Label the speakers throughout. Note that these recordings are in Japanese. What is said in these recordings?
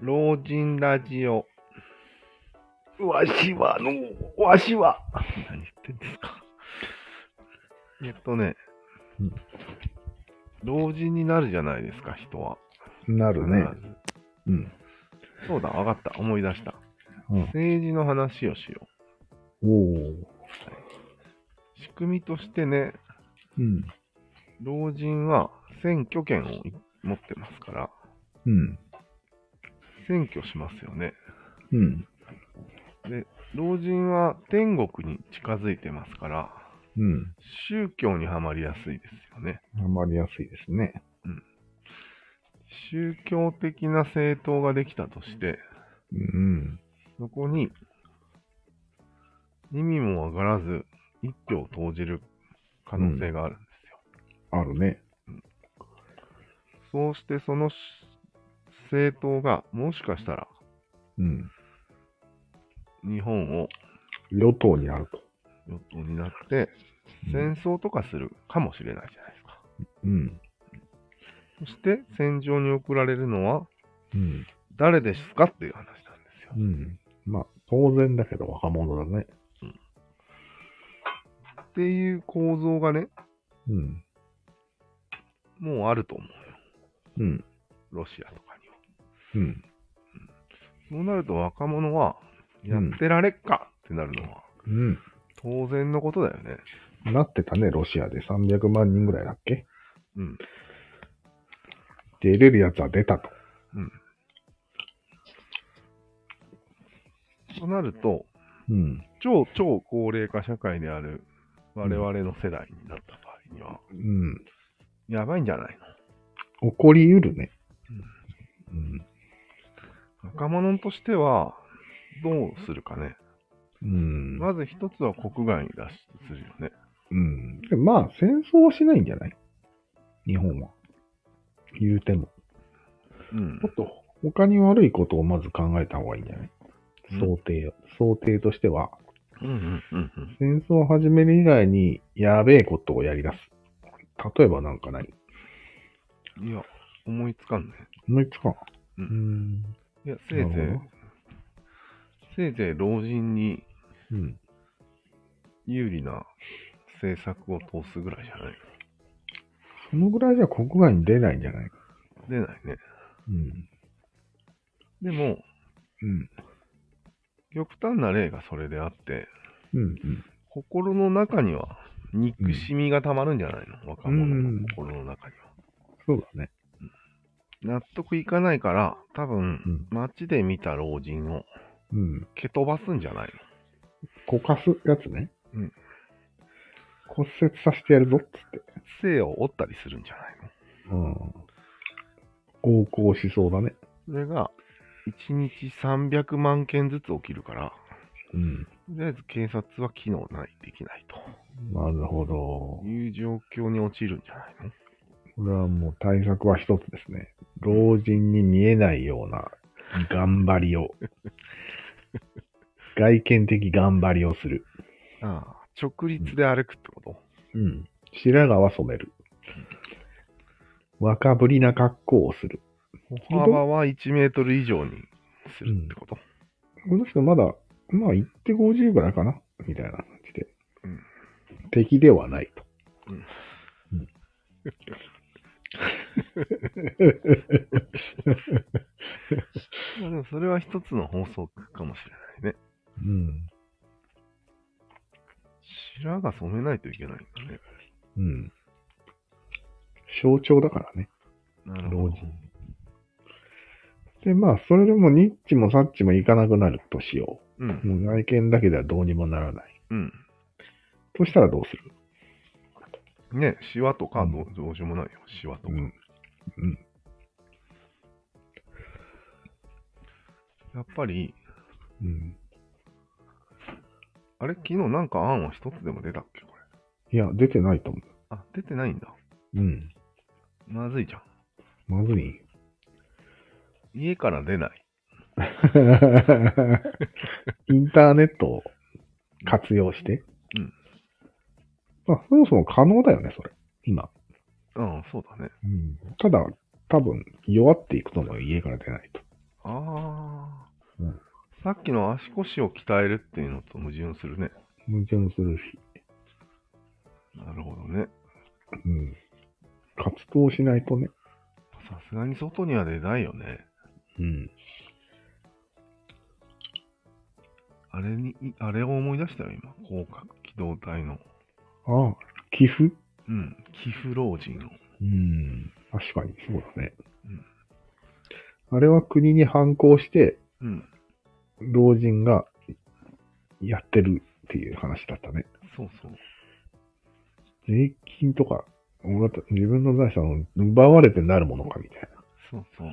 Speaker 1: 老人ラジオ。
Speaker 2: わしはの、わしは。
Speaker 1: 何言ってんですか。えっとね、
Speaker 2: うん
Speaker 1: 老人になるじゃないですか、人は。
Speaker 2: なるね。
Speaker 1: 必ず
Speaker 2: うん。
Speaker 1: そうだ、わかった。思い出した。
Speaker 2: うん
Speaker 1: 政治の話をしよ
Speaker 2: おー
Speaker 1: う。仕組みとしてね、
Speaker 2: うん。
Speaker 1: 老人は選挙権を持ってますから、
Speaker 2: うん。
Speaker 1: 選挙しますよね。
Speaker 2: うん。
Speaker 1: 老人は天国に近づいてますから、
Speaker 2: うん。
Speaker 1: 宗教にはまりやすいですよね。
Speaker 2: あまりやすいですね。
Speaker 1: 宗教的な政党ができたとして、
Speaker 2: うん。
Speaker 1: そこに意味もわからず一票を投じる可能性があるんですよ。
Speaker 2: あるね。
Speaker 1: そうしてそのし政党がもしかしたら
Speaker 2: うん。
Speaker 1: 日本を
Speaker 2: 与党にあると。
Speaker 1: 与党になって戦争とかするかもしれないじゃないですか。
Speaker 2: うん。
Speaker 1: そして戦場に送られるのは
Speaker 2: うん。
Speaker 1: 誰ですかっていう話なんですよ。
Speaker 2: うん。まあ、当然だけど若者だね。
Speaker 1: っていう構造がね、
Speaker 2: うん。
Speaker 1: もうあると思うよ。
Speaker 2: うん。
Speaker 1: ロシアとかには。
Speaker 2: うん。
Speaker 1: そうなると若者はやってられっかってなるのは
Speaker 2: うん。
Speaker 1: 当然のことだよね。
Speaker 2: なってたね、ロシアで300万人ぐらいだっけ
Speaker 1: うん。
Speaker 2: 出れるやつは出たと。
Speaker 1: となると、
Speaker 2: うん。
Speaker 1: 超超高齢化社会である我々の世代になった場合には、
Speaker 2: うん。
Speaker 1: やばいんじゃない
Speaker 2: 起こりうるね。うん。
Speaker 1: の若者としては、どうするかね。
Speaker 2: うん。
Speaker 1: まず一つは国外に脱出するよね。
Speaker 2: うん。でまあ、戦争はしないんじゃない日本は。言うても。
Speaker 1: うん
Speaker 2: ちょっ。と、他に悪いことをまず考えた方がいいんじゃない
Speaker 1: うん
Speaker 2: 想定を、想定としては、
Speaker 1: うんうんうんうん。
Speaker 2: 戦争を始める以外にやべえことをやり出す。例えばなんかない
Speaker 1: いや、思いつかんね。
Speaker 2: 思いつかん。
Speaker 1: う
Speaker 2: うんん。
Speaker 1: いや、せいぜ
Speaker 2: なるほ
Speaker 1: い、せいぜい老人に
Speaker 2: うん。
Speaker 1: 有利な政策を通すぐらいじゃない
Speaker 2: そのぐらいじゃ国外に出ないんじゃない
Speaker 1: 出ないね。
Speaker 2: うん。
Speaker 1: でも、
Speaker 2: うん。
Speaker 1: 極端な例がそれであって、
Speaker 2: うん。
Speaker 1: 心の中には憎しみがたまるんじゃないの、若者の心の中には。
Speaker 2: そうだね。
Speaker 1: 納得いかないから、多分、
Speaker 2: うん
Speaker 1: 街で見た老人を
Speaker 2: うん。
Speaker 1: 蹴飛ばすんじゃない
Speaker 2: こかすやつね。
Speaker 1: うん。
Speaker 2: 骨折させてやるぞっつって。
Speaker 1: の性を折ったりするんじゃないの
Speaker 2: うん。横行しそうだね。
Speaker 1: それが、1日300万件ずつ起きるから、
Speaker 2: うん。
Speaker 1: とりあえず警察は機能ない、できない
Speaker 2: なるほど
Speaker 1: と。いう状況に陥るんじゃないの
Speaker 2: これはもう対策は一つですね。老人に見えないような頑張り を。外見的頑張りをする。
Speaker 1: ああ、直立で歩くってこと、
Speaker 2: うん。白髪は染める。若ぶりな格好をする。
Speaker 1: 歩幅は1メートル以上にするってこと、
Speaker 2: この人まだ、まあ言って50ぐらいかなみたいな感じで。
Speaker 1: うん
Speaker 2: 敵では ないと。
Speaker 1: うん
Speaker 2: うん
Speaker 1: いやでもそれは一つの法則かもしれないね。
Speaker 2: うん。
Speaker 1: 白が染めないといけないんだね。
Speaker 2: うん。象徴だからね、
Speaker 1: なる
Speaker 2: 老
Speaker 1: ほど
Speaker 2: 人。。で、まあ、それでもニッチもサッチもいかなくなるとしよ
Speaker 1: う
Speaker 2: う。
Speaker 1: ん。
Speaker 2: もう外見だけではどうにもならない。
Speaker 1: うん。
Speaker 2: そしたらどうする
Speaker 1: ね、シワとかどうどうしようもないよ、シワとか。
Speaker 2: うん。うん。
Speaker 1: やっぱり、
Speaker 2: うん。
Speaker 1: あれ昨日なんか案は一つでも出たっけこれ。
Speaker 2: いや、出てないと思
Speaker 1: あ、出てないんだ。
Speaker 2: う。うん。
Speaker 1: まずいじゃん。
Speaker 2: まず い。
Speaker 1: 家から出ない。
Speaker 2: インターネットを活用して。
Speaker 1: うん。
Speaker 2: まあ、そもそも可能だよね、それ。今。
Speaker 1: うん、そうだね。
Speaker 2: うん。ただ、多分、弱っていくと思うよ、家から出ないと。
Speaker 1: あああ、
Speaker 2: うん
Speaker 1: さっきの足腰を鍛えるっていうのと矛盾するね。
Speaker 2: 矛盾するし、
Speaker 1: なるほどね。
Speaker 2: うん。活動しないとね。
Speaker 1: さすがに外には出ないよね。
Speaker 2: うん。
Speaker 1: あれに、いあれを思い出したよ、今。広角機動隊の。
Speaker 2: ああ、寄付
Speaker 1: うん。寄付老人を。
Speaker 2: うん。確かに、そうだね。
Speaker 1: うん
Speaker 2: あれは国に反抗して、
Speaker 1: うん。
Speaker 2: 老人がやってるっていう話だったね。
Speaker 1: そうそう。
Speaker 2: 税金とか、もらった自分の財産を奪われてなるものかみたいな。
Speaker 1: そうそう。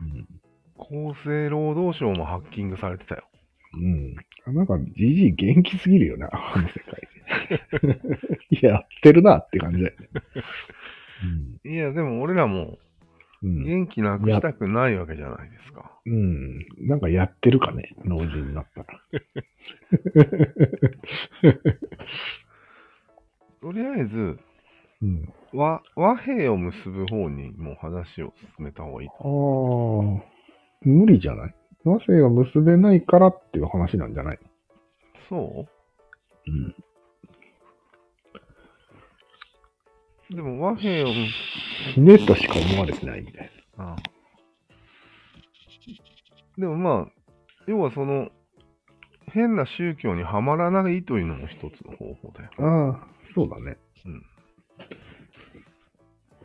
Speaker 2: うん。
Speaker 1: 厚生労働省もハッキングされてたよ。
Speaker 2: うん。なんか、じじい元気すぎるよな、あの世界 で。やってるなって感じだよね。
Speaker 1: いや、でも俺らも
Speaker 2: うん。うん。
Speaker 1: 元気なくしたくないわけじゃないですか。
Speaker 2: うん。なんかやってるかね、老人になったら。
Speaker 1: とりあえず、
Speaker 2: うん。
Speaker 1: 和和平を結ぶ方にもう話を進めた方がいい。
Speaker 2: ああ、無理じゃない和性が結べないからっていう話なんじゃない
Speaker 1: そ
Speaker 2: うん。
Speaker 1: うでも和平を結
Speaker 2: ひねとしか思われてないみたい
Speaker 1: ああでもまあ、要はその、変な宗教にはまらないというのも一つの方法だよ。
Speaker 2: な。ああ、そうだね。
Speaker 1: うん。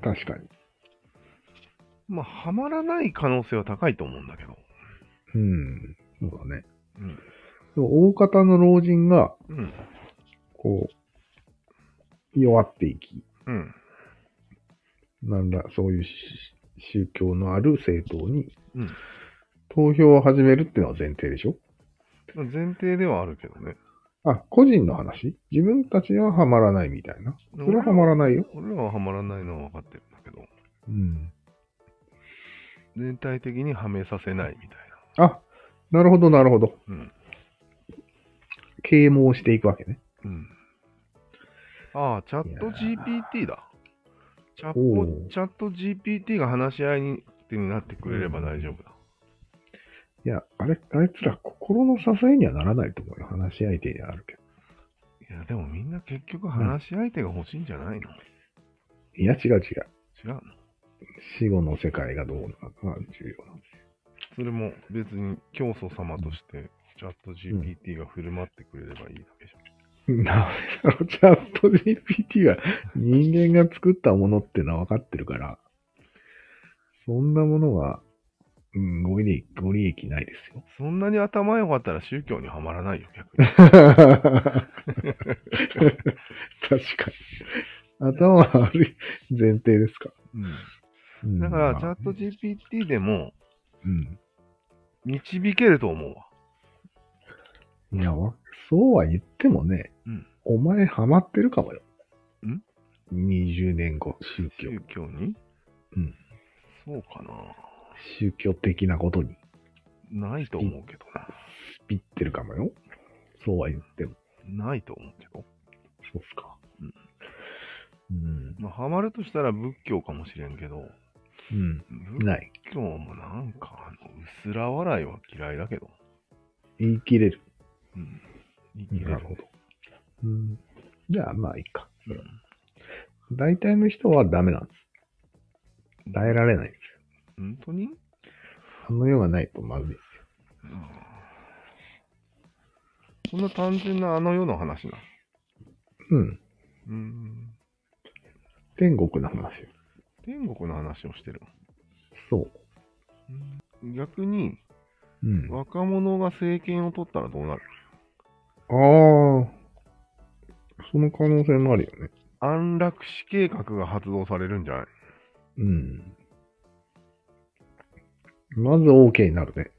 Speaker 2: 確かに。
Speaker 1: まあ、はまらない可能性は高いと思うんだけど。
Speaker 2: うん。そうだね。
Speaker 1: うん。
Speaker 2: でも大方の老人が、
Speaker 1: うん。
Speaker 2: こう、弱っていき、
Speaker 1: うん。
Speaker 2: なんだ、そういうし宗教のある政党に
Speaker 1: うん、
Speaker 2: 投票を始めるっていうのは前提でしょ
Speaker 1: まあ前提ではあるけどね。
Speaker 2: あ、個人の話自分たちはハマらないみたいな。それはハマらないよ。
Speaker 1: 俺らははまらないのは分かってるんだけど、
Speaker 2: うん。
Speaker 1: 全体的にはめさせないみたい
Speaker 2: あ、なるほど、なるほど。
Speaker 1: な。うん。
Speaker 2: 啓蒙していくわけね。
Speaker 1: うん。ああ、チャット
Speaker 2: いや
Speaker 1: GPT だ。チャッ
Speaker 2: お
Speaker 1: ト
Speaker 2: う
Speaker 1: チャット GPT が話し合いに手になってくれれば大丈夫だ。
Speaker 2: いや、あれ、あいつら心の支えにはならないと思うよ。話し相手にはあるけど。
Speaker 1: いや、でもみんな結局話し相手が欲しいんじゃないの、
Speaker 2: いや、違う違う。
Speaker 1: 違うの
Speaker 2: 死後の世界がどうなのかが重要なんで
Speaker 1: それも別に教祖様としてチャット GPT が振る舞ってくれればいいだけじ
Speaker 2: すよ。なあのチャット GPT は人間が作ったものっていうのは分かってるから、そんなものは、うん、ご利益、ご利益ないですよ。
Speaker 1: ゃん。そんなに頭良かったら宗教にはまらないよ、 逆に。
Speaker 2: 確かに。頭は悪い前提ですか。
Speaker 1: うん、だから、チャット
Speaker 2: ト
Speaker 1: GPT でも
Speaker 2: うん。
Speaker 1: 導けると思うわ。
Speaker 2: いや、わそうは言ってもね、
Speaker 1: うん
Speaker 2: お前ハマってるかもよ。
Speaker 1: ん
Speaker 2: ?20 年後、宗教、
Speaker 1: 宗教に
Speaker 2: うん。
Speaker 1: そうか
Speaker 2: 宗教的なことに
Speaker 1: な。ないと思うけど
Speaker 2: スピってるかもよ。そうは言っても。
Speaker 1: な。ないと思うけど。
Speaker 2: そうっすか。うん。
Speaker 1: まあ、ハマるとしたら仏教かもしれんけど、
Speaker 2: うん。
Speaker 1: 仏
Speaker 2: ない。
Speaker 1: 教もなんか、あの、薄ら笑いは嫌いだけど。
Speaker 2: 言い切れる。
Speaker 1: うん。
Speaker 2: なるほど。うん。じゃあ、まあいいか。
Speaker 1: うん
Speaker 2: 大体の人はダメなんです。耐えられないんですよ。
Speaker 1: 本当に
Speaker 2: あの世がないとまずいですよ。
Speaker 1: そんな単純なあの世の話なの。
Speaker 2: うん。
Speaker 1: うーん。
Speaker 2: 天国の話よ。
Speaker 1: 天国の話をしてる。
Speaker 2: そう。
Speaker 1: 逆に、
Speaker 2: うん。
Speaker 1: 若者が政権を取ったらどうなる
Speaker 2: ああ、その可能性もあるよね。
Speaker 1: 安楽死計画が発動されるんじゃない
Speaker 2: うん。まず OK になる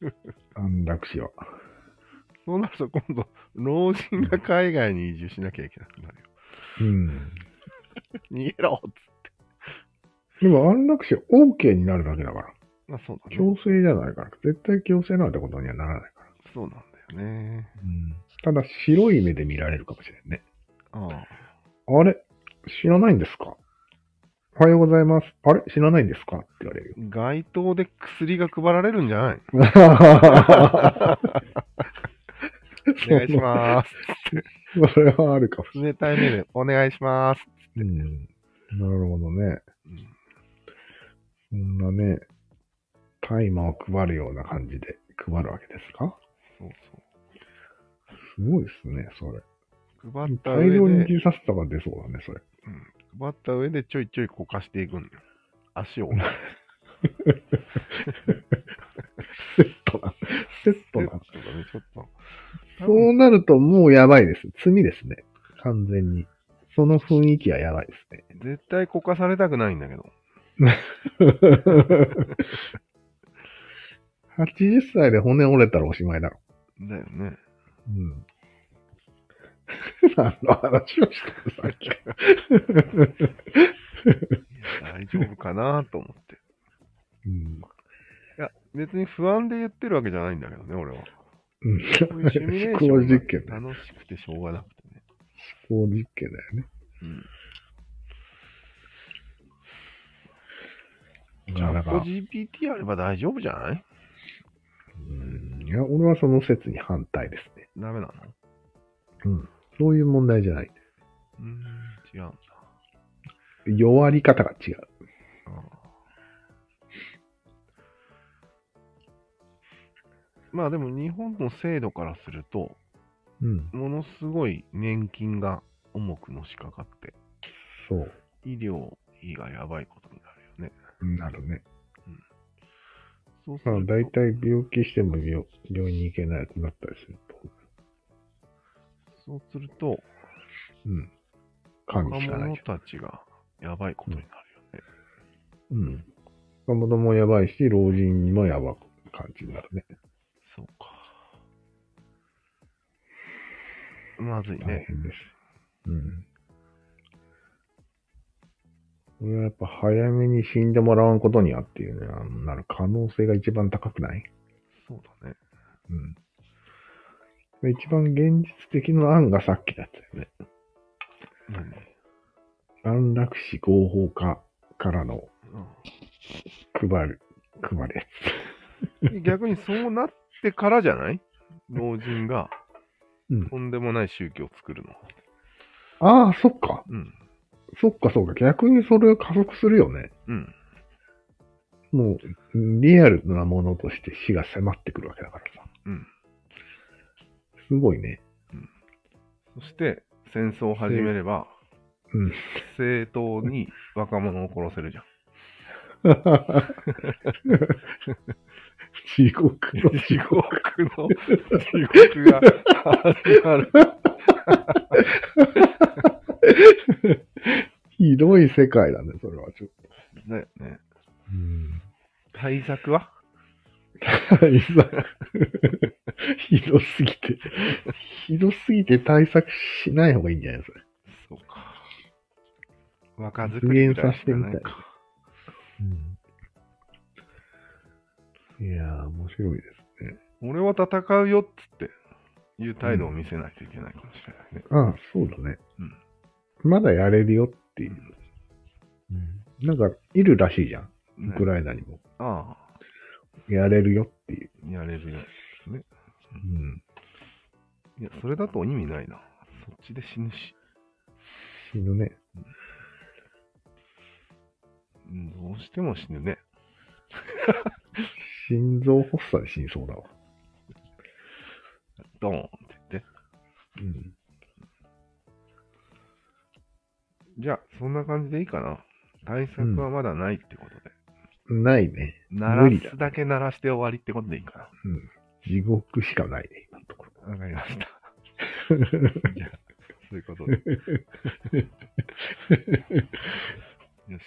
Speaker 2: ね。 安楽死は。
Speaker 1: そうなると今度、老人が海外に移住しなきゃいけなくなるよ。
Speaker 2: うん。
Speaker 1: 逃げろっつ
Speaker 2: でも安楽死は OK になるだけだから。
Speaker 1: まあそうだね。
Speaker 2: 強制じゃないから。絶対強制なんてことにはならないから。
Speaker 1: そうなんだよね。
Speaker 2: うん。ただ白い目で見られるかもしれんね。
Speaker 1: ああ。
Speaker 2: あれ知らないんですかあおはようございます。あれ死なないんですかって言われるよ。。
Speaker 1: 街頭で薬が配られるんじゃないお願いします
Speaker 2: それはあるかもし
Speaker 1: す。冷たい目でお願いします。
Speaker 2: れない。うん。なるほどね。そんなね、大麻を配るような感じで配るわけですか
Speaker 1: そう
Speaker 2: すごいですね、それ。
Speaker 1: そう。配った
Speaker 2: 大量
Speaker 1: 上
Speaker 2: に
Speaker 1: で、
Speaker 2: 自殺とか出そうだね、それ。
Speaker 1: 配った上でちょいちょいこかしていくんだよ。足を。
Speaker 2: セットな。セット
Speaker 1: そう
Speaker 2: な
Speaker 1: だ。ね、ちょっと。
Speaker 2: そうなるともうやばいです。罪ですね。完全に。その雰囲気はやばいですね。
Speaker 1: 絶対こかされたくないんだけど。
Speaker 2: 80歳で骨折れたらおしまいだろ。
Speaker 1: だよね。
Speaker 2: うん。 何の話をしたのさっきから。
Speaker 1: 大丈夫かなと思って。
Speaker 2: うん。
Speaker 1: 別に不安で言ってるわけじゃないんだけどね、俺は。
Speaker 2: うん。
Speaker 1: こういうシミュレーシ
Speaker 2: 思考実
Speaker 1: ョ
Speaker 2: 験
Speaker 1: ン
Speaker 2: だ
Speaker 1: が
Speaker 2: よね。
Speaker 1: 楽しくてしょうがなくてね。
Speaker 2: 思考実験だよね。
Speaker 1: うん。チ
Speaker 2: なか
Speaker 1: ャ
Speaker 2: な
Speaker 1: ット
Speaker 2: か。
Speaker 1: GPT あれば大丈夫じゃない
Speaker 2: うん。いや、俺はその説に反対ですね。
Speaker 1: ダメなの
Speaker 2: うん。そういう問題じゃない。
Speaker 1: うーん、違うんだ。
Speaker 2: 弱り方が違う。
Speaker 1: あーまあでも日本の制度からすると、
Speaker 2: うん。
Speaker 1: ものすごい年金が重くのしかかって、
Speaker 2: そう。
Speaker 1: 医療費がやばいことになるよね。
Speaker 2: なるね。
Speaker 1: そうす
Speaker 2: まあ、
Speaker 1: ると
Speaker 2: 大体病気しても病病院に行けなくなったりすると。
Speaker 1: そうすると、
Speaker 2: うん。管
Speaker 1: 若
Speaker 2: 理しかない
Speaker 1: 者
Speaker 2: じ
Speaker 1: たちがやばいことになるよね。
Speaker 2: ゃん。うん。若者もやばいし、老人にもやばく感じになるね。
Speaker 1: そうか。まずい
Speaker 2: 大
Speaker 1: ね。
Speaker 2: 変です。うん。これはやっぱ早めに死んでもらわんことにはっていうね、あのなる可能性が一番高くない
Speaker 1: そうだね。
Speaker 2: うん。で一番現実的な案がさっきだったよね。
Speaker 1: 何
Speaker 2: 安楽死合法化からの配る、配るや
Speaker 1: うん 逆にそうなってからじゃない老人が
Speaker 2: つ。うん。
Speaker 1: とんでもない宗教を作るの。
Speaker 2: ああ、そっか。
Speaker 1: うん。
Speaker 2: そっかそっか。逆にそれを加速するよね。
Speaker 1: うん。
Speaker 2: もう、リアルなものとして死が迫ってくるわけだからさ。
Speaker 1: うん。
Speaker 2: すごいね。
Speaker 1: そして、戦争を始めれば、
Speaker 2: うん。
Speaker 1: 正当に若者を殺せるじゃん。
Speaker 2: 地獄の
Speaker 1: 地獄の、 地獄が始まる。
Speaker 2: ひどい世界だね、それはちょっと。
Speaker 1: だよね。
Speaker 2: うん。
Speaker 1: 対策は
Speaker 2: 対策。 ひどすぎて。ひどすぎて対策しない方がいいんじゃないそれ。
Speaker 1: そうか。若作りみたいなしかない
Speaker 2: 実現させてみたい
Speaker 1: か。
Speaker 2: いやー、面白いですね。
Speaker 1: 俺は戦うよっつっていう態度を見せないといけないかもしれないね。
Speaker 2: ああ、そうだね。
Speaker 1: うん
Speaker 2: まだやれるよっていう。なんか、いるらしいじゃん。ウ
Speaker 1: ね
Speaker 2: クライナにも。
Speaker 1: ああ、
Speaker 2: やれるよっていう。
Speaker 1: やれるよ。
Speaker 2: うん、
Speaker 1: いや、それだと意味ないな。そっちで死ぬし。
Speaker 2: 死ぬね。
Speaker 1: うんどうしても死ぬね。
Speaker 2: 心臓発作で死にそうだわ。
Speaker 1: ドーンって言って。
Speaker 2: うん。
Speaker 1: じゃあ、そんな感じでいいかな。対策はまだないってことで。
Speaker 2: ないね。
Speaker 1: 鳴ら
Speaker 2: 無理だ
Speaker 1: すだけ鳴らして終わりってことでいいか
Speaker 2: 地獄しかないね、今のところ。
Speaker 1: な。わかりました。じゃあ、そういうことで。よし。